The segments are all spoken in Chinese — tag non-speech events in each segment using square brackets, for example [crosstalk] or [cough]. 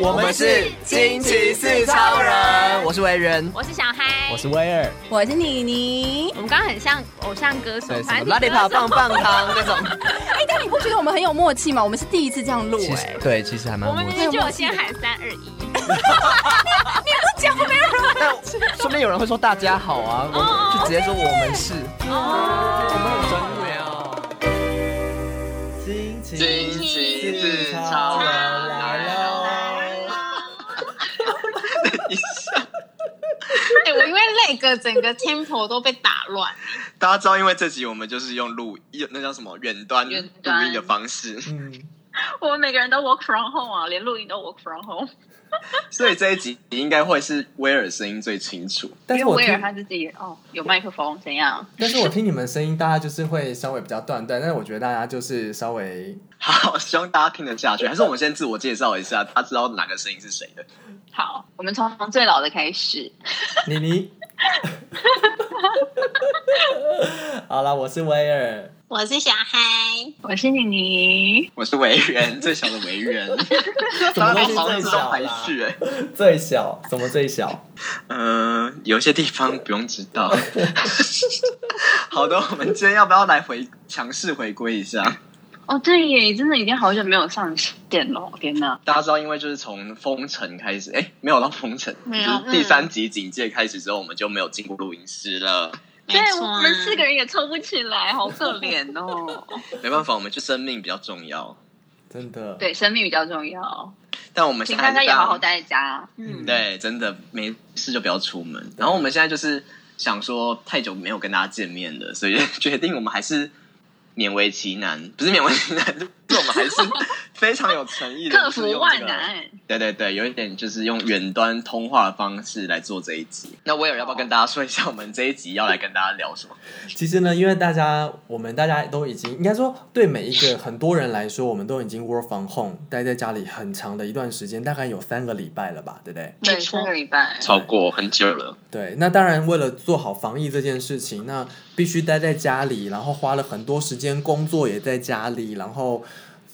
我们是惊奇四超人，我是维人，我是小嗨，我是威尔，我是妮妮。我们刚刚很像偶像歌手，对，什反么正拉力跑棒棒糖那种，哎、但你不觉得我们很有默契吗？我们是第一次这样录、其哎实，对，其实还蛮我们默明契。明就有先喊三二一，但顺便有人会说大家好啊，哦我就直接说我们是，嗯我们很专业哦。惊惊奇四超人来喽！等一下，哎、我因为那个整个 tempo 都被打乱，大家知道，因为这集我们就是用录音，那叫什么远端录远端音的方式， [laughs] 嗯，我们每个人都 work from home 啊，连录音都 work from home。所以这一集你应该会是威尔声音最清楚。但是因我为威尔听，他自己哦有麦克风，怎样？但是我听你们声音，大家就是会稍微比较断断，但是我觉得大家就是稍微好，希望大家听得下 [laughs] 去。还是我们先自我介绍一下，大家知道哪个声音是谁的？好，我们从最老的开始。妮妮。好了，我是威尔，我是小嗨，我是妮妮。我是维园，最小的 [laughs] 维园。怎么大会家是都好像最知道小啊排啦？序哎。最小？怎么最小？嗯，有些地方不用知 [laughs] 道。好的，我们今天要不要来回强势回归一下？哦，对耶，真的已经好久没有上线了，天哪！大家知道，因为就是从封城开始，哎、没有到封城，就没有是第三级警戒开始之后，我们就没有进过录音室了。对啊我们四个人也凑不起来，好可怜哦。没办法，我们就生命比较重要。真的？ [laughs] 对，生命比较重要，但我们请现大在家还是也好好大待在家。嗯嗯，对，真的没事就不要出门。然后我们现在就是想说，太久没有跟大家见面了，所以决定我们还是勉为其难，不是勉为其难， [laughs] 就是我们还是非常有诚意的克服万。就是用这个难。对对对，有一点就是用远端通话的方式来做这一集。那威尔要不要跟大家说一下，我们这一集要来跟大家聊什么？其实呢，因为大家我们大家都已经应该说，对每一个很多人来说，我们都已经 work from home，待在家里很长的一段时间，大概有三个礼拜了吧，对不对？对，三个礼拜。 [laughs] 超过很久了，对，那当然为了做好防疫这件事情，那必须待在家里，然后花了很多时间，工作也在家里，然后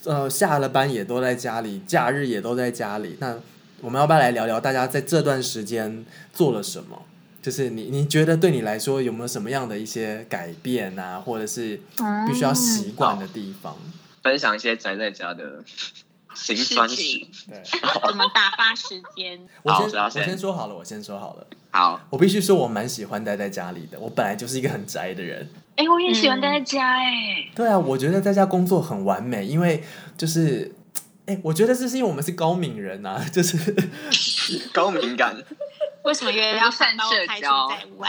呃下了班也都在家里，假日也都在家里。那我们要不要来聊聊大家在这段时间做了什么？就是你你觉得对你来说有没有什么样的一些改变啊，或者是必须要习惯的地方？分享一些宅在家的辛酸事史。情对，怎么打发时间？我好先谁要我先先说好了，我先说好了。好，我必须说，我蛮喜欢待在家里的。我本来就是一个很宅的人，哎、我也喜欢待在家哎、对啊，我觉得在家工作很完美，因为就是，哎、我觉得这是因为我们是高敏人啊， [laughs] 就是高敏感，为什么月亮把我排除在外？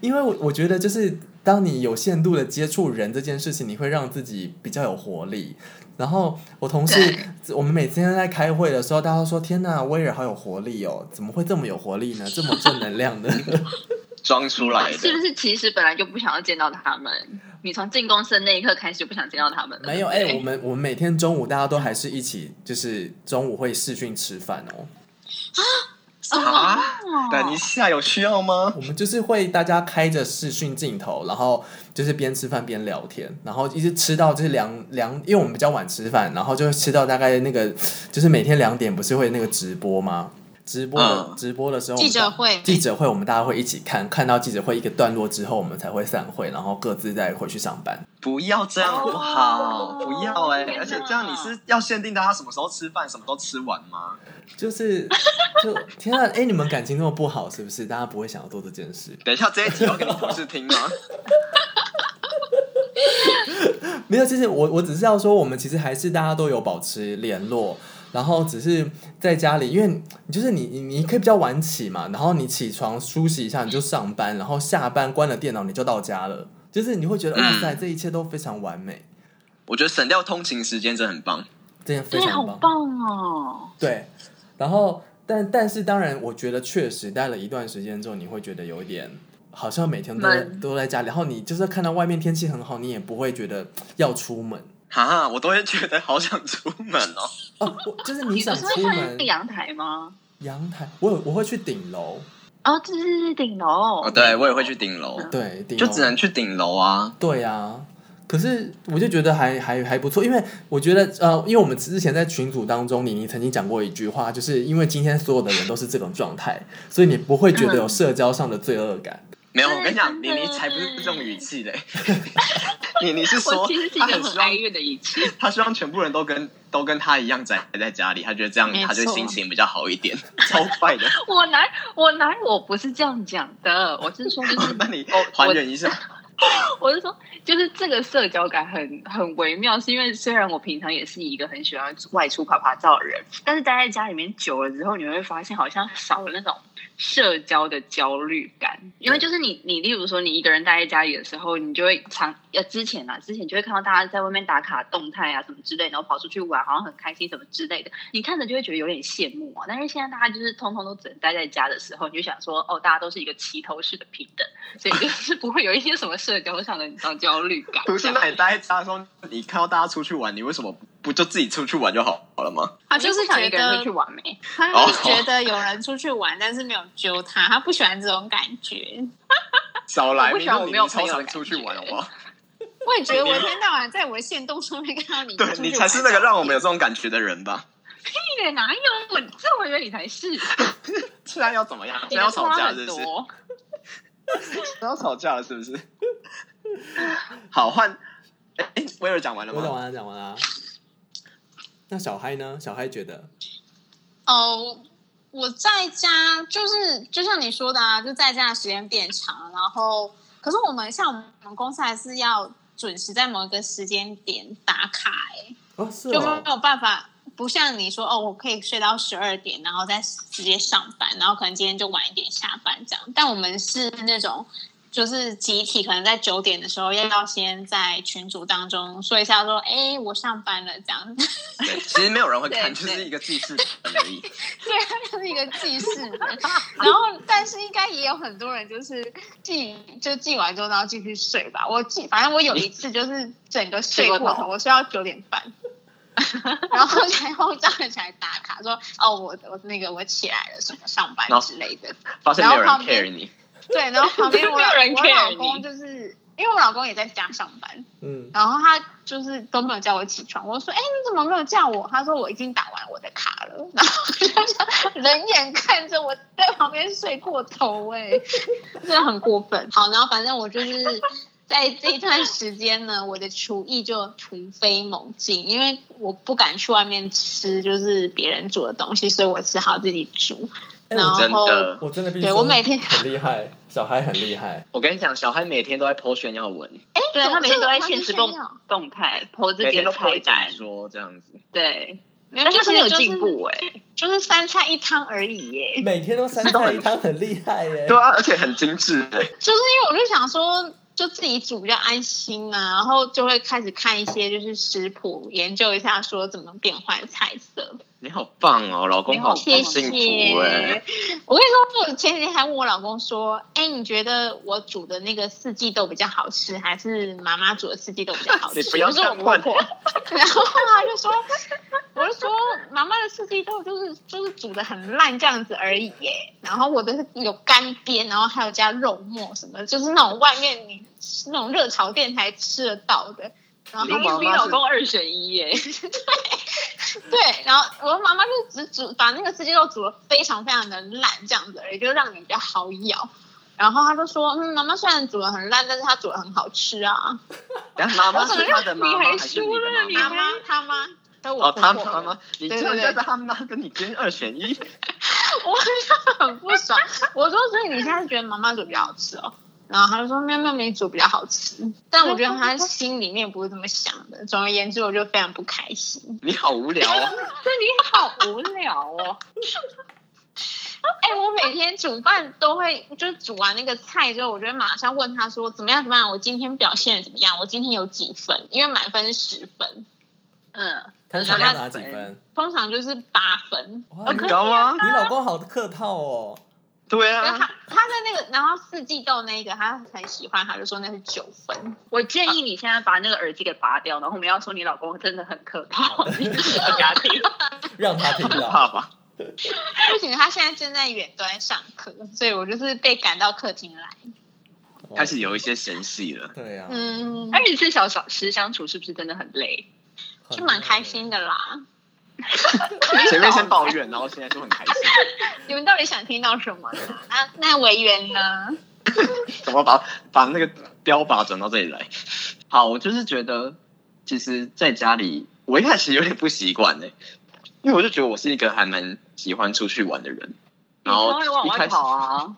因为我我觉得就是当你有限度的接触人这件事情，你会让自己比较有活力。然后我同事，我们每天在开会的时候，大家都说：“天呐，威尔好有活力哦，怎么会这么有活力呢？这么正能量呢？”装出来是不的。是其实本来就不想要见到他们？你从进公司的那一刻开始就不想见到他们了？ [laughs] 没有，哎、我们我们每天中午大家都还是一起，就是中午会视讯吃饭哦。啊，哦等一下，有需要吗？我们就是会大家开着视讯镜头，然后就是边吃饭边聊天，然后一直吃到就是两两，因为我们比较晚吃饭，然后就吃到大概那个就是每天两点不是会那个直播吗？直播的、嗯直播的时候，记者会记者会我们大家会一起看，看到记者会一个段落之后，我们才会散会，然后各自再回去上班。不要这样不好，不要哦哎、天哪而且这样你是要限定大家什么时候吃饭，什么时候吃完吗？就是就天啊，哎、你们感情那么不好，是不是？大家不会想要做这件事？等一下这一集要给你同事听吗？没有，就是我我只是要说，我们其实还是大家都有保持联络，然后只是在家里，因为你就是你你你可以比较晚起嘛，然后你起床梳洗一下你就上班，然后下班关了电脑你就到家了，就是你会觉得哇塞，这一切都非常完美， [laughs] 我觉得省掉通勤时间真的很棒。这件非对，好常棒，棒哦！对，然后但但是当然，我觉得确实待了一段时间之后，你会觉得有一点。好像每天都在闷都在家里，然后你就是看到外面天气很好，你也不会觉得要出门哈，我都会觉得好想出门哦。哦，我就是你你不想是出会门看，阳台吗？阳台，我有我会去顶楼，哦，这是顶楼哦哦，。对我也会去顶楼，对，顶楼就只能去顶楼啊。对啊。可是我就觉得还还还不错，因为我觉得呃，因为我们之前在群组当中，你你曾经讲过一句话，就是因为今天所有的人都是这种状态，所以你不会觉嗯得有社交上的罪恶感。没有，我跟你讲，妮妮才不是这种语气嘞。 [laughs] 妮妮是我说其实是一她个很很希哀望，怨的一切，她希望全部人都跟都跟她一样宅在家里，她觉得这样没错她就心情比较好一点，超坏的。我哪我哪我不是这样讲的，我是说就是 [laughs] 那你我还我原一下，我是说，就是这个社交感很很微妙，是因为虽然我平常也是一个很喜欢外出拍拍照的人，但是待在家里面久了之后，你会发现好像少了那种社交的焦虑感。因为就是你，你例如说你一个人待在家里的时候，你就会常呃之前啊，之前就会看到大家在外面打卡动态啊什么之类，然后跑出去玩，好像很开心什么之类的，你看着就会觉得有点羡慕啊。但是现在大家就是通通都只能待在家的时候，你就想说，哦，大家都是一个齐头式的平等。所以就是不会有一些什么社交上的你知道焦虑感。不是那你待在家的时候，你看到大家出去玩，你为什么不就自己出去玩就好了吗？他我就是想觉一个人出 [laughs] 得去玩没？ [laughs] 他就是觉得有人出去玩，但是没有揪他，他不喜欢这种感觉。少来，我不喜欢明明我没有你超朋友的常出去玩好感不觉好？我也觉得，我一天到晚在我的线动上面看到你出去对玩，你才是那个让我们有这种感觉的人吧？你也哪有？哎我这我以为你才是，现在要怎么样？你现在要的吵话架很是 [laughs] 不是？多。现在要吵架了是不是？ [laughs] 好换，哎、威尔讲嗯完了我讲吗？完了，讲完了啊。那小嗨呢？小嗨觉得，哦，我在家就是就像你说的啊，就在家的时间变长，然后可是我们像我们公司还是要准时在某一个时间点打卡、欸，哦，是就没哦，有办法。不像你说哦，我可以睡到十二点，然后再直接上班，然后可能今天就晚一点下班这样。但我们是那种，就是集体可能在九点的时候要先在群组当中说一下说，哎，我上班了这样。对，其实没有人会对看，就是对一个记事本而 [laughs] 已。对，他就是一个记事人。然后，但是应该也有很多人就是记，就记完之后然后继续睡吧。我记，反正我有一次就是整个睡过睡过头头，我睡到九点半， [laughs] 然后才后照人起来打卡说哦，我我那个我起来了，什么上班之类的。发现没有人然后旁 care 边你，对，然后旁边我老没有人我老 care 公你就是因为我老公也在家上班，嗯，然后他就是都没有叫我起床，我说：“哎，你怎么没有叫我？”他说：“我已经打完我的卡了。”然后我就想冷眼看着我在旁边睡过头、 [laughs] 哎，真的很过分。好，然后反正我就是在这一段时间呢，我的厨艺就突飞猛进，因为我不敢去外面吃就是别人煮的东西，所以我只好自己煮。哎然我真后的。我真的必须对说我每天很厉害，小嗨很厉 [laughs] 害，我跟你讲，小孩每天都在剖炫耀文，对啊他每天都在这个现实哎我动发现了动态 po 自每己天的都菜剖单解，说这样子。对，没有，但就是是很有就是进步哎、就是三菜一汤而已耶、每天都三菜一汤，很厉害耶对。啊，而且很精致欸。就是因为我就想说，就自己煮比较安心啊，然后就会开始看一些就是食谱，研究一下说怎么变换菜色。你好棒哦，老公好谢幸福哎谢。。 [laughs] 我跟你说，我前几天还问我老公说：“哎，你觉得我煮的那个四季豆比较好吃，还是妈妈煮的四季豆比较好吃？”你不要就是我 [laughs] 这样问婆婆。然后他就说：“我就说妈妈的四季豆就是就是煮的很烂这样子而已耶。”然后我的是有干煸，然后还有加肉末什么的，就是那种外面你那种热炒店才吃得到的。然后你他妈就妈你是老公二选一 [laughs] 耶、对，然后我妈妈就只煮把那个四季豆煮的非常非常的烂这样子而已，就让你比较好咬。然后她就说，嗯，妈妈虽然煮的很烂，但是她煮的很好吃啊。然后妈妈我怎么是他的妈妈你还还是你输的了你妈她妈？妈，她妈，都我哦，婆他婆妈妈，你对居然对叫对他妈跟你今天二选一，我就很不爽。我说，所以你现在觉得妈妈煮比较好吃哦？然后她就说，没有没有，你煮比较好吃。但我觉得她心里面不是这么想的。总而言之，我就非常不开心。你好无聊哦。 [laughs] 这你好无聊哦， [laughs] 哎、我每天煮饭都会，就是煮完那个菜之后，我就会马上问他说怎么样怎么样，我今天表现的怎么样？我今天有几分？因为满分是十分， [laughs] 嗯，通常要拿几分？通常就是八分。哇很你高啊，你老公好客套哦，对然后啊他，他在那个，然后四季豆那一个他很喜欢，他就说那是九分。我建议你现在把那个耳机给拔掉，然后我们要说你老公真的很客 [laughs] 套，你是个家庭，让他听到。爸爸，不行，他现在正在远端上课，所以我就是被赶到客厅来。开始有一些神系了。对呀、啊，嗯，二十四小时相处是不是真的很累？很是蛮开心的啦。前面先哎抱怨，然后现在就很开心，你们到底想听到什么呢？啊，那维园呢？怎么把把那个标靶转到这里来？好，我就是觉得，其实在家里，我一开始有点不习惯呢、欸因为我就觉得我是一个还蛮喜欢出去玩的人，然后你从哪里往一外开始跑啊？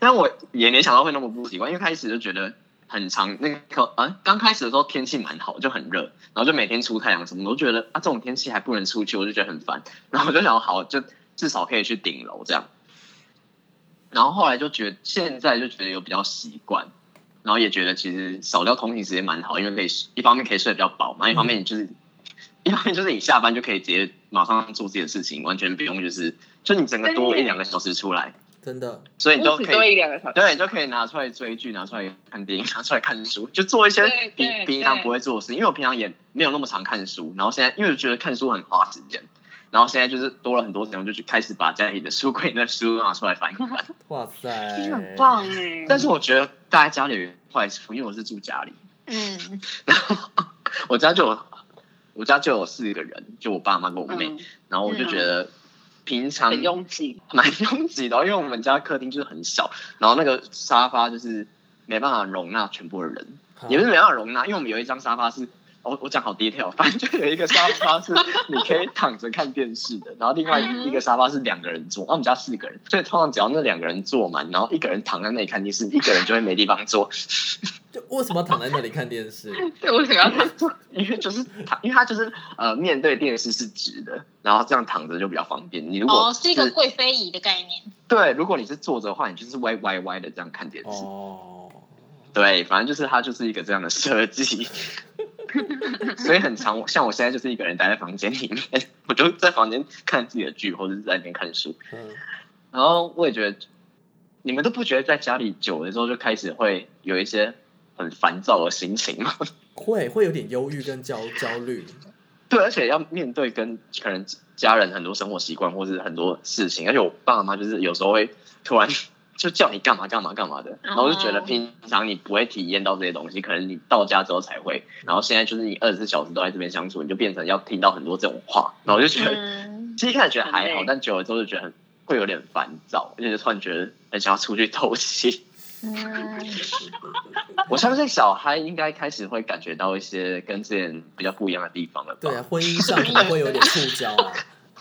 但我也没想到会那么不习惯，因为开始就觉得很长，那个啊，刚开始的时候天气蛮好，就很热，然后就每天出太阳什么的，我就觉得啊这种天气还不能出去，我就觉得很烦。然后我就想好，就至少可以去顶楼这样。然后后来就觉得现在就觉得有比较习惯，然后也觉得其实少掉通勤时间蛮好，因为可以一方面可以睡得比较饱嘛，一方面你就是。 [laughs] 一方面就是你下班就可以直接马上做自己的事情，完全不用就是，就你整个多一两个小时出来，真的，所以你都不可止以多一两个小时，对，你就可以拿出来追剧，拿出来看电影， [laughs] 拿出来看书，就做一些对平对平常对不会做的事。因为我平常也没有那么常看书，然后现在因为我觉得看书很花时间，然后现在就是多了很多时间，我就去开始把家里的书柜的书拿出来 [laughs] 翻一翻。哇塞，其实很棒哎。但是我觉得大家家里有坏处，因为我是住家里，嗯，然后我家就有我家就有四个人，就我爸妈跟我妹，嗯，然后我就觉得平常很拥挤， [laughs] 蛮拥挤的哦，因为我们家客厅就是很小，然后那个沙发就是没办法容纳全部的人，啊好也不是没办法容纳，因为我们有一张沙发是，哦我我讲好 detail，反正就有一个沙发是你可以躺着看电视的，然后另外嗯一个沙发是两个人坐，然后我们家四个人，所以通常只要那两个人坐满，然后一个人躺在那里看电视，一个人就会没地方坐， [laughs] 就为什么要躺在那里看电 [laughs] 视？对我想要因为就是躺，因为他就是呃面对电视是直的，然后这样躺着就比较方便。你如果哦，是一个贵妃椅的概念。对，如果你是坐着的话，你就是歪歪歪的这样看电视。哦，对，反正就是它就是一个这样的设计，所以很长。我像我现在就是一个人待在房间里面，我就在房间看自己的剧，或者是在那边看书。嗯，然后我也觉得，你们都不觉得在家里久了之后就开始会有一些很烦躁的心情吗？会会有点忧郁跟焦焦虑，对，而且要面对跟可能家人很多生活习惯或是很多事情，而且我爸妈就是有时候会突然 [laughs] 就叫你干嘛干嘛干嘛的，然后我就觉哦得平常你不会体验到这些东西，可能你到家之后才会，然后现在就是你二十四小时都在这边相处，你就变成要听到很多这种话，然后我就觉得，嗯，其实一开始觉得还很好累，但久了之后就觉得很会有点烦躁，而且就突然觉得很想要出去透气。 [laughs] 嗯我相信小孩应该开始会感觉到一些跟之前比较不一样的地方了吧？对啊，婚姻上可能会有点触礁啊，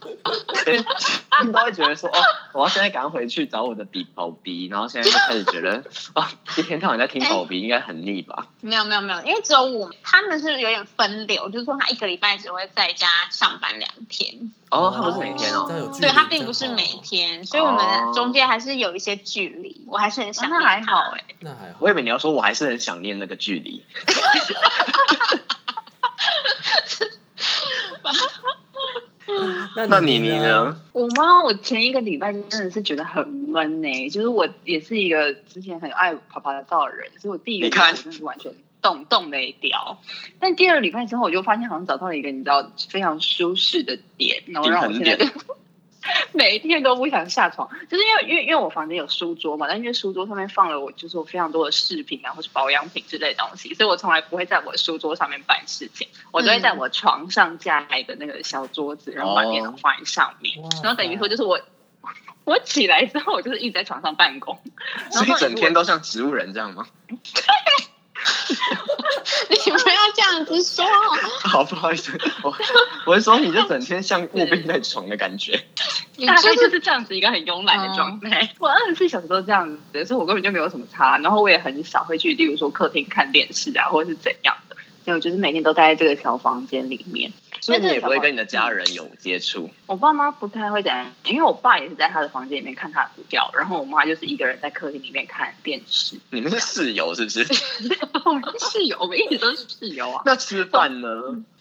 [laughs] 他们都会觉得说，哦，我要现在赶快回去找我的笔宝笔，然后现在就开始觉得， [laughs] 啊，一天到晚在听宝笔，应该很腻吧？没有没有没有，因为只有我们，他们是有点分流，就是说他一个礼拜只会在家上班两天，哦，他不是每天这哦，样有距离对他并这样不是好每天，所以我们中间还是有一些距离，我还是很想念那还他好哎。那还好我以，为你要说，我还是很想念那个距离。那那你你呢？呢？我妈，我前一个礼拜真的是觉得很闷呢、就是我也是一个之前很爱爬爬照的人，所以我第一个你礼拜看我真的是完全动动没掉。但第二个礼拜之后，我就发现好像找到了一个你知道非常舒适的点，然后让我现在就 [laughs] 每天都不想下床，就是因为因为因为我房间有书桌嘛，但因为书桌上面放了我就是我非常多的饰品啊，或是保养品之类的东西，所以我从来不会在我的书桌上面摆事情，我都会嗯在我床上架一个那个小桌子，然后哦把电脑放在上面。哇然后等于说就是我，我起来之后我就是一直在床上办公，所以整天都像植物人这样吗？ [laughs] 你不要这样子 [laughs] 说，好，哦不好意思，我我是说，你就整天像卧病在床的感觉。你大嗯概就就是是这样子一个很慵懒的状态。我二十四小时都这样子，所以我根本就没有什么差。然后我也很少会去，例如说客厅看电视啊，或者是怎样的。所以我就是每天都待在这个小房间里面。所以你也不会跟你的家人有接触，我爸妈不太会这样，因为我爸也是在他的房间里面看他的股票，然后我妈就是一个人在客厅里面看电视。 [laughs] 你们是室友是不是？我们是室友，我们一直都是室友啊。那吃饭呢？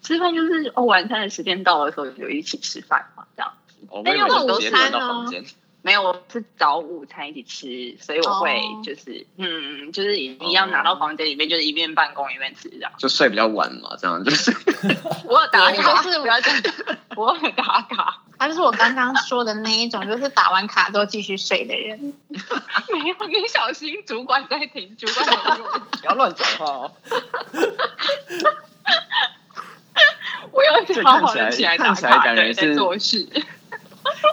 吃饭就是哦，晚餐的时间到的时候有一起吃饭嘛，这样。哦我但以因为为我你都直接关到餐啊房间。没有，我是早午餐一起吃，所以我会哦就是、嗯，就是一一哦样拿到房间里面，就是一边办公一边吃这样。就睡比较晚嘛，这样就是我有打你还卡，是不要这样，我有打卡。他就是我刚刚说的那一种，就是打完卡之后继续睡的人。没有，你小心主管在听，主管有用。不要乱讲话哦。 [laughs] 我要好好的起来打这看起来卡，感觉对，在是做事。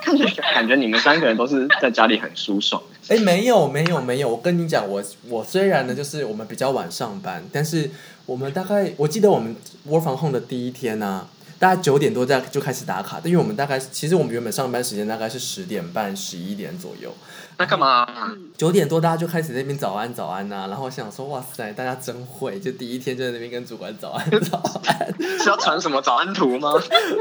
看起来 [laughs] 感觉你们三个人都是在家里很舒爽。哎，没有没有没有，我跟你讲，我我虽然呢，就是我们比较晚上班，但是我们大概我记得我们 work from home 的第一天呢、啊大概九点多在就开始打卡，因为我们大概其实我们原本上班时间大概是十点半、十一点左右，那干嘛？九点多大家就开始在那边早安早安啊呐、然后想说哇塞，大家真会，就第一天就在那边跟主管早安 [laughs] 早安，是要传什么早安图 [laughs] 吗？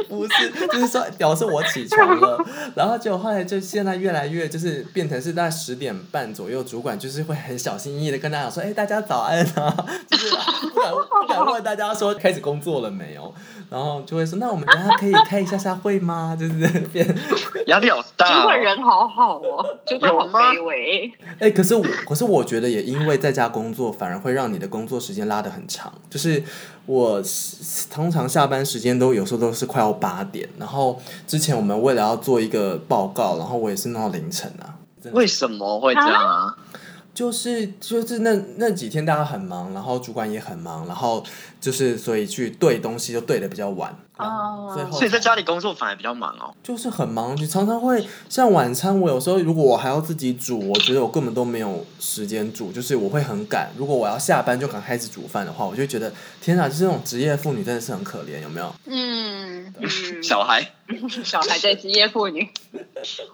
不是，就是说表示我起床了，然后结果后来就现在越来越就是变成是大概十点半左右，主管就是会很小心翼翼的跟大家讲说，哎，大家早安啊， [laughs] 就是不敢不敢问大家说开始工作了没有，然后就会说那我们等一下可以开一下下会吗？就是变压力好主大、管哦。人好好哦，主管好有吗卑 [laughs] 微。哎、可是我，可是我觉得也因为在家工作，反而会让你的工作时间拉得很长。就是我通常下班时间都有时候都是快要八点，然后之前我们为了要做一个报告，然后我也是弄到凌晨啊。真的为什么会这样啊？就是就是那那几天大家很忙，然后主管也很忙，然后就是所以去对东西就对的比较晚，然后最后所以在才家里工作反而比较忙哦。就是很忙，就常常会像晚餐，我有时候如果我还要自己煮，我觉得我根本都没有时间煮，就是我会很赶。如果我要下班就赶开始煮饭的话，我就觉得天哪，就是这种职业妇女真的是很可怜，有没有？嗯，嗯，小孩小孩在职业妇女，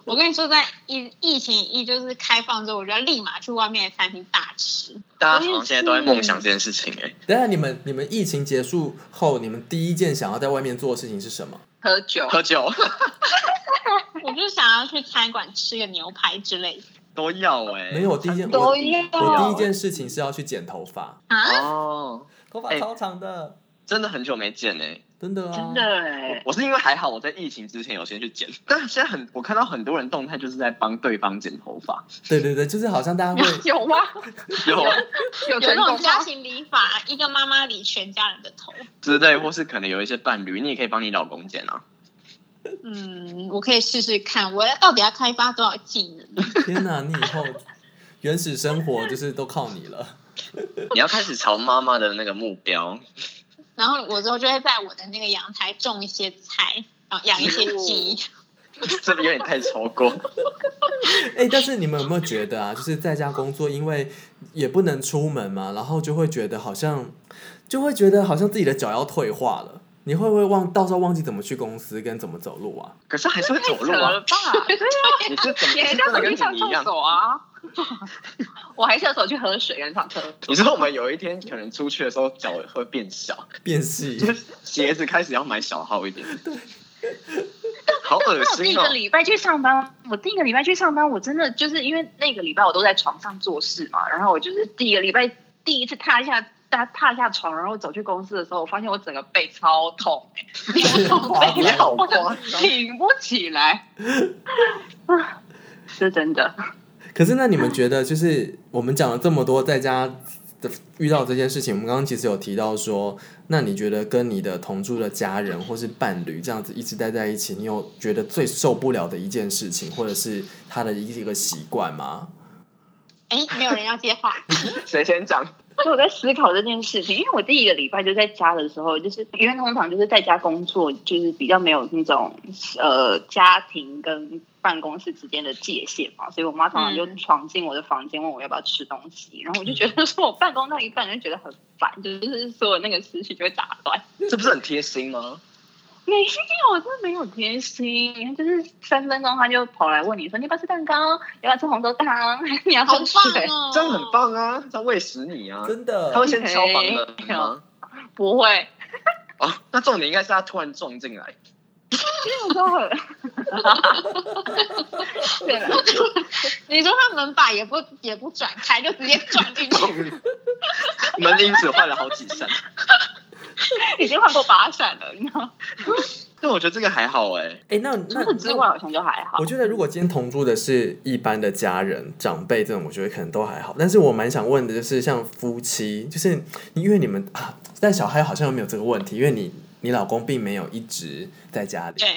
我跟你说，在疫疫情一就是开放之后，我就要立马去外面的餐厅大吃。大家好像现在都在梦想这件事情哎、等一下你们你们疫情结束后，你们第一件想要在外面做的事情是什么？喝酒，哦喝酒 [laughs] 我就想要去餐馆吃个牛排之类的。都要哎、没有，我第一件我都我要第一件事情是要去剪头发，哦，头发哎超长的，真的很久没见哎、真的啊，真的哎，我是因为还好我在疫情之前有先去剪， [laughs] 但现在很我看到很多人动态就是在帮对方剪头 [laughs] 发，对对对，就是好像大家会有吗？有有有成那种功家吗？庭理发，一个妈妈理全家人的头。之类，或是可能有一些伴侣，你也可以帮你老公剪啊。 [laughs] 嗯，我可以试试看，我到底要开发多少技能？ [laughs] 天哪，你以后原始生活就是都靠你了。你要开始朝妈妈的那个目标，然后我之后就会在我的那个阳台种一些菜，然后养一些鸡。 [laughs] 这个有点太超过。哎、但是你们有没有觉得啊，就是在家工作，因为也不能出门嘛，然后就会觉得好像，就会觉得好像自己的脚要退化了。你会不会忘到时候忘记怎么去公司跟怎么走路啊？可是还是会走扯路了吧？啊！啊你是怎么？也你还是是要真走的去跟上你一厕样？所啊！我还是要走去喝水跟上厕所。你说我们有一天可能出去的时候脚会变小，变细，就是鞋子开始要买小号一点。好恶我第一心哦个！礼拜去上班，我第一个礼拜去上班，我真的就是因为那个礼拜我都在床上做事嘛，然后我就是第一个礼拜第一次踏下踏踏下床，然后走去公司的时候，我发现我整个背超痛、欸 [laughs] 夸你张好 [laughs] 夸张！挺不起来， [laughs] 啊是真的。可是那你们觉得，就是我们讲了这么多在家的遇到这件事情，我们刚刚其实有提到说，那你觉得跟你的同住的家人或是伴侣这样子一直待在一起，你有觉得最受不了的一件事情，或者是他的一个习惯吗？哎，没有人要 [laughs] 接话，谁先讲？所以我在思考这件事情，因为我第一个礼拜就在家的时候，就是因为通常就是在家工作，就是比较没有那种呃家庭跟办公室之间的界限嘛，所以我妈常常就嗯闯进我的房间问我要不要吃东西，然后我就觉得说我办公到一半就觉得很烦，就是所有那个思绪就会打乱。这不是很贴心吗？没有，真的没有贴心，就是三分钟他就跑来问你说你要不要吃蛋糕，要不要吃红豆汤， [laughs] 你要好喝水。棒哦！这样很。棒啊！在喂食你啊！真他的会，先敲房门吗？不会，哦，那重点应该是他突然撞进来， [laughs] 那时候很对了，你说他门把也不也不转开，就 [laughs] 直接撞进去，门因此坏了好几扇。 [laughs] 已经换过把伞了，你知道吗？但我觉得这个还好哎、哎、那那除此之外好像就还好我。觉得如果今天同住的是一般的家人、长辈这种，我觉得可能都还好。但是我蛮想问的就是，像夫妻，就是因为你们啊，但小孩好像又没有这个问题，因为你你老公并没有一直在家里。对，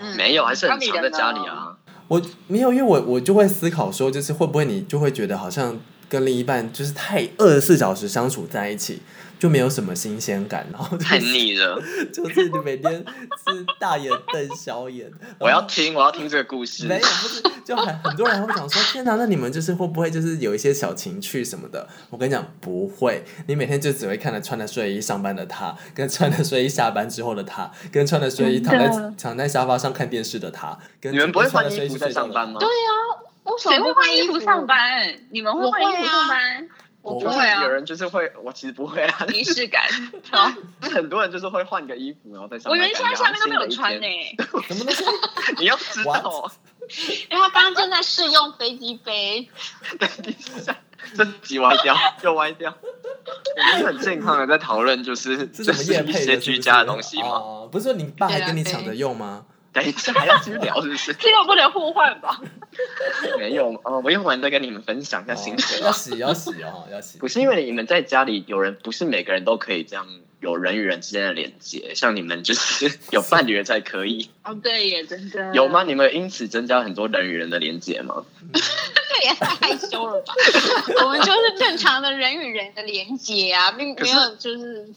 嗯，没有，还是那很你常在人呢家里啊。我没有，因为我我就会思考说，就是会不会你就会觉得好像跟另一半就是太二十四小时相处在一起，就没有什么新鲜感，然后就太是腻了， [laughs] 就是你每天是大眼瞪小眼。我要然后听，我要听这个故事没。有，不是，就很很多人会想说，天哪，那你们就是会不会就是有一些小情趣什么的？我跟你讲，不会，你每天就只会看着穿着睡衣上班的他，跟穿着睡衣下班之后的他，跟穿着睡衣躺在躺在沙发上看电视的他，跟你们不会穿着换睡衣衣去服睡在觉上的班他吗？对啊，为什么谁会不换衣服服上？班？你们会我换衣会服啊上班？我我不就会会是啊有，人就是会，我其实不会啊。仪式感。很多 [laughs] 人就是会换个衣服，然后再上班。我原先在下面都没有穿呢、呢。什么东 [laughs] 西？你要知道，因为他刚刚正在试用飞机杯，这集歪掉又歪掉。我们是很健康的在讨论，就是是什么这是夜一配些的是居不家的是东西吗？哦，不是说你爸还跟你抢着用 [laughs] 吗？等一下还要继续聊是 [laughs] 不是？这个不能互换吧？没有哦，我用完再跟你们分享一下心哦得要啊。洗要洗哦，要洗。不是因为你们在家里有人，不是每个人都可以这样有人与人之间的连接，像你们就是 [laughs] 有伴侣的才可以，哦，对耶，真的有吗？？你们有因此增加很多人与人的连接吗？这也太害羞了 [laughs] 吧？我们就是正常的人与人的连接啊，并可没是有就是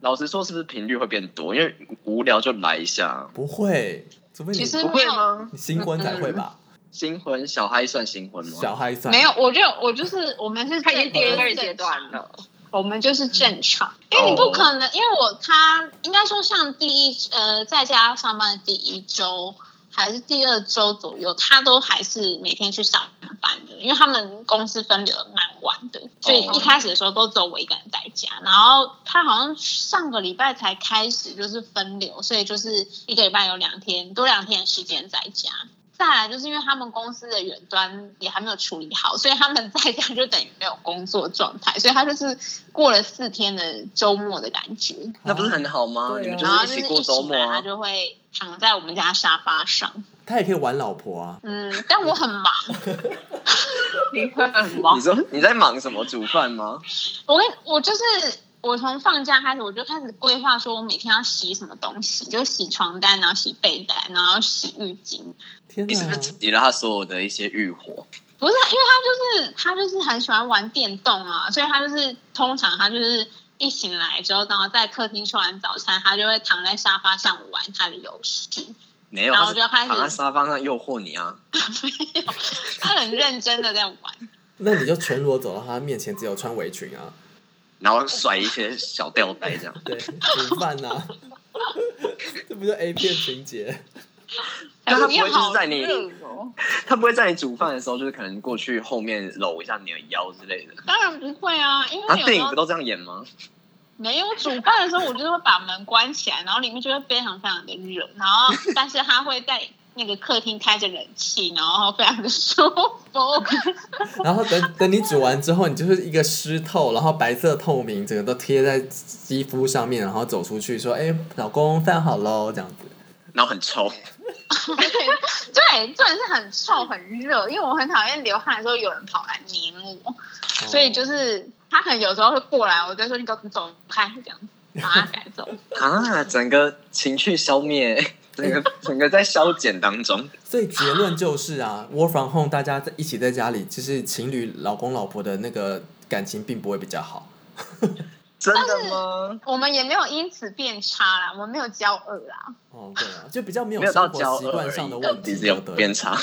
老实说，是不是频率会变多？因为无聊就来一下，不会，除非你其实不没会有吗？你新婚才会吧？新婚小孩算新婚吗？小孩算没有，我就我就是我们是他已经第二正阶段了。我们就是正常，因为你不可能，因为我他应该说像第一呃在家上班的第一周还是第二周左右，他都还是每天去上班的，因为他们公司分流得蛮晚的，所以一开始的时候都只有我一个人在家，然后他好像上个礼拜才开始就是分流，所以就是一个礼拜有两天多两天的时间在家。再来就是因为他们公司的远端也还没有处理好，所以他们在家就等于没有工作状态，所以他就是过了四天的周末的感觉，那不是很好吗？对啊你们就然后是就是起一过起周末来他啊。就会躺在我们家沙发上，他也可以玩老婆啊。嗯，但我很忙，你会很忙你。说你在忙什么？煮饭吗？嗯我跟我就是我从放假开始，我就开始规划说我每天要洗什么东西，就洗床单，然后洗被单，然后洗浴巾。天你是不哪是！挤了他所有的一些欲火？不是，啊因为他就是他就是很喜欢玩电动啊，所以他就是通常他就是一醒来之后，然后在客厅吃完早餐，他就会躺在沙发上玩他的游戏。 [laughs] 没有，然他后是就开始躺在沙发上诱惑你啊！他很认真的在玩，那你就全裸走到他面前，只有穿围裙啊，然后甩一些小吊带这样。 [laughs] 对，煮饭呐， [laughs] 这不就 A 片情节？但他不会哎我也就是好在你，热哦他不会在你煮饭的时候，就是可能过去后面搂一下你的腰之类的。当然不会啊，因他为有时电影候不都这样演吗？没有煮饭的时候，我就是会把门关起来，然后里面就会非常非常的热，然后但是他会在那个客厅开着冷气，然后非常的舒服。然后等等你煮完之后，你就是一个湿透，然后白色透明，整个都贴在肌肤上面，然后走出去说：“哎，老公，饭好喽。”这样子。然后很臭，对，重点是很臭很热，因为我很讨厌流汗的时候有人跑来黏我，哦所以就是他可能有时候会过来，我就说你给我走开这样子，把他赶走。啊，整个情绪 [laughs] 消灭，整个整个在消减当中。所以结论就是啊，work from home，大家在一起在家里，就是情侣老公老婆的那个感情并不会比较好。真的吗？我们也没有因此变差啦，我们没有交恶啦。哦，对啊，就比较没没有有到生骄活习傲而惯已上的到问底题，是有对偏差。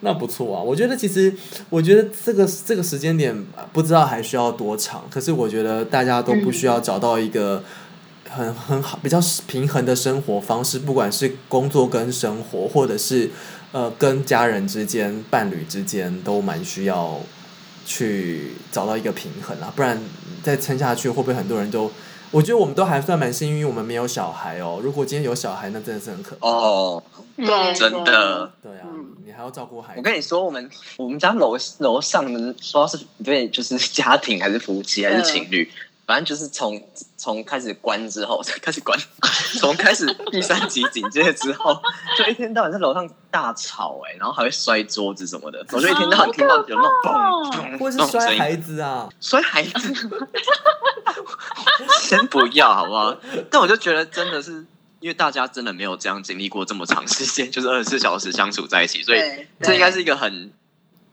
那不错啊，我觉得其实，我觉得这个这个时间点呃不知道还需要多长，可是我觉得大家都不需要找到一个很很好比较平衡的生活方式，不管是工作跟生活，或者是呃跟家人之间、伴侣之间，都蛮需要去找到一个平衡啊，不然再撑下去，会不会很多人都？我觉得我们都还算蛮幸运，我们没有小孩哦。如果今天有小孩，那真的是很可怕。哦，对真的。对啊嗯，你还要照顾孩子。我跟你说，我们我们家楼楼上的，不知道是对，就是家庭还是夫妻还是情侣，反正就是从从开始关之后， [laughs] 开始关，从开始第三级警戒之后， [laughs] 就一天到晚在楼上大吵哎、然后还会摔桌子什么的，我就一天到晚听到有那种哦嘣嘣或是那种声摔音孩子啊，摔孩 [laughs] 子，先不要好不好？但我就觉得真的是。因为大家真的没有这样经历过这么长时间，就是二十四小时相处在一起，所以对，这应该是一个很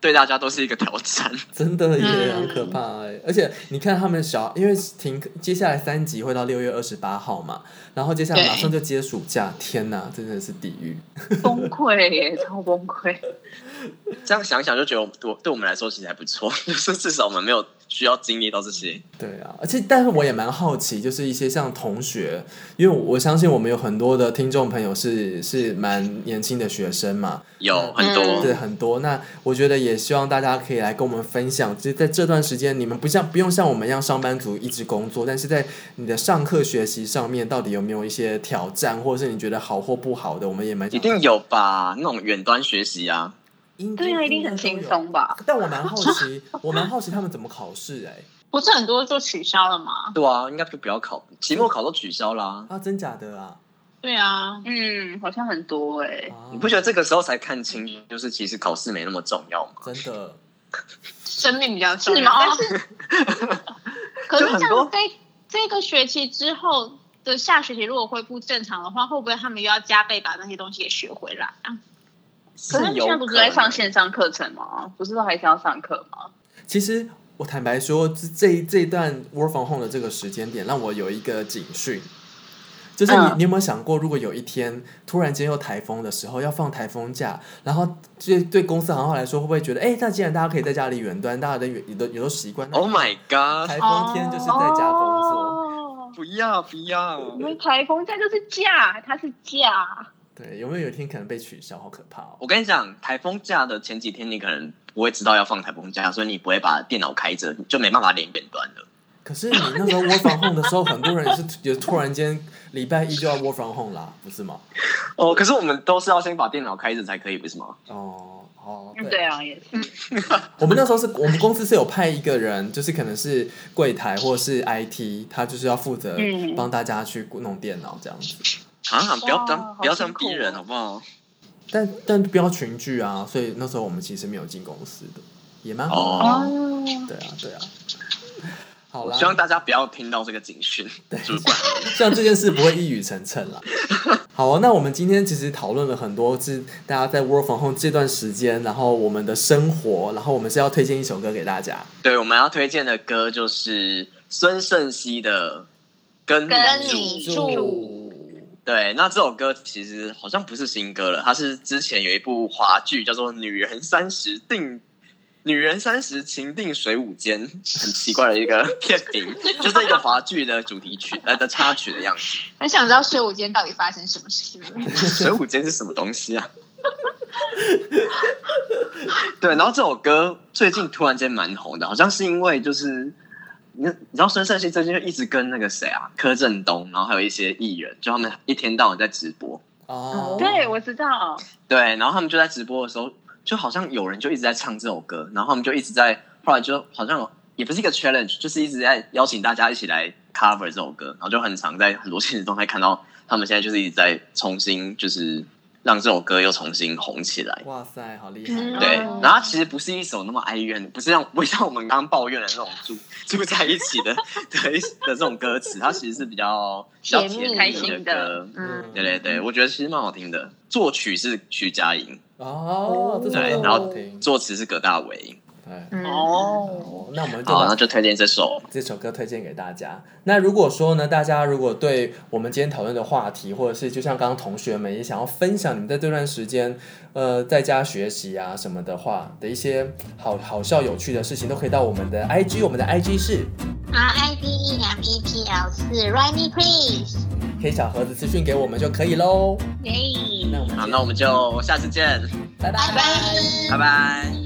对大家都是一个挑战。真的也嗯很可怕哎、而且你看他们小，因为停课，接下来三级会到六月二十八号嘛，然后接下来对马上就接暑假，天哪，真的是地狱。崩溃耶，超崩溃。这样想想就觉得我们对我对我们来说其实还不错，就是至少我们没有需要经历到这些。对啊，而且但是我也蛮好奇，就是一些像同学，因为我相信我们有很多的听众朋友是是蛮年轻的学生嘛，有很多、嗯对，很多。那我觉得也希望大家可以来跟我们分享，就是在这段时间，你们不像不用像我们一样上班族一直工作，但是在你的上课学习上面，到底有没有一些挑战，或者是你觉得好或不好的，我们也蛮一定有吧？那种远端学习啊，应对啊，一定很轻。松吧？啊但我蛮好奇，我蛮好奇他们怎么考试哎、不是很多就取消了吗？对啊，应该就不要考，期末考都取消啦。啊，真假的啊？对啊，嗯，好像很多哎。啊 [laughs] 你不觉得这个时候才看清，就是其实考试没那么重要吗？真的？生命比较重是要。吗但是，哦 [laughs] 可就是很这多样，这这个学期之后的下学期如果恢复正常的话，会不会他们又要加倍把那些东西给学回来啊？是他们有现在不是在可上能线上课程吗？不是都还是要上课吗？其实我坦白说，这这一这一段 work from home 的这个时间点，让我有一个警讯，就是你、嗯你有没有想过，如果有一天突然间有台风的时候，要放台风假，然后对对公司行号来说，会不会觉得，哎，那既然大家可以在家里远端，大家的远也都也都习惯那 Oh my god！台风天就是在家工作，哦，不要不要我！们台风假就是假，它是假。对，有没有有一天可能被取消，好可怕哦！我跟你讲，台风假的前几天，你可能不会知道要放台风假，所以你不会把电脑开着，你就没办法连远端了。可是你那时候 work from home 的时候，很多人也是也突然间礼拜一就要 work from home 啦，不是吗？哦，可是我们都是要先把电脑开着才可以，不是吗？哦哦，对啊，也是。我们那时候是我们公司是有派一个人，就是可能是柜台或是 IT，他就是要负责嗯帮大家去弄电脑这样子。啊，不要哇当好不要这样辛苦逼人哦好不好？但但不要群聚啊，所以那时候我们其实没有进公司的，也蛮好的。哦，对啊，对啊。好我啦，希望大家不要听到这个警讯，主管。 [laughs] 希望这件事不会一语成谶啦。好、啊，那我们今天其实讨论了很多，是大家在 work from home 这段时间，然后我们的生活，然后我们是要推荐一首歌给大家。对，我们要推荐的歌就是孙盛熙的《跟跟你住你住。对，那这首歌其实好像不是新歌了，它是之前有一部华剧叫做《女人三十定》。女人三十，情定水舞间，很奇怪的一个片名，就是一个华剧的主题曲，呃的插曲的样子。很想知道睡午间到底发生什么事。水舞间是什么东西啊？ [laughs] 对，然后这首歌最近突然间蛮红的，好像是因为就是你你知道孙盛熙最近就一直跟那个谁啊柯震东，然后还有一些艺人，就他们一天到晚在直播，哦，对，我知道。对，然后他们就在直播的时候，就好像有人就一直在唱这首歌，然后他们就一直在，后来就好像有也不是一个 challenge，就是一直在邀请大家一起来 cover 这首歌，然后就很常在很多现实动态看到他们现在就是一直在重新就是让这首歌又重新红起来。哇塞，好厉害！嗯对，哦然后它其实不是一首那么哀怨，不是像不像我们刚刚抱怨的那种住住在一起的 [laughs] 的一的这种歌词，它其实是比较比较甜蜜甜开蜜心的的歌。嗯对对对，我觉得其实蛮好听的。作曲是徐佳莹，哦，这首对歌然后好听。作词是葛大为。对，哦，哦，那我们就好，那把就推荐这首。这首歌推荐给大家。那如果说呢，大家如果对我们今天讨论的话题，或者是就像刚刚同学们也想要分享你们在这段时间，呃，在家学习啊什么的话的一些好好笑有趣的事情，都可以到我们的 IG，我们的 IG 是 R I D E M E P L 四 r i me please，黑小盒子私讯给我们就可以喽。耶，那我们好，那我们就下次见，拜拜拜拜。拜拜。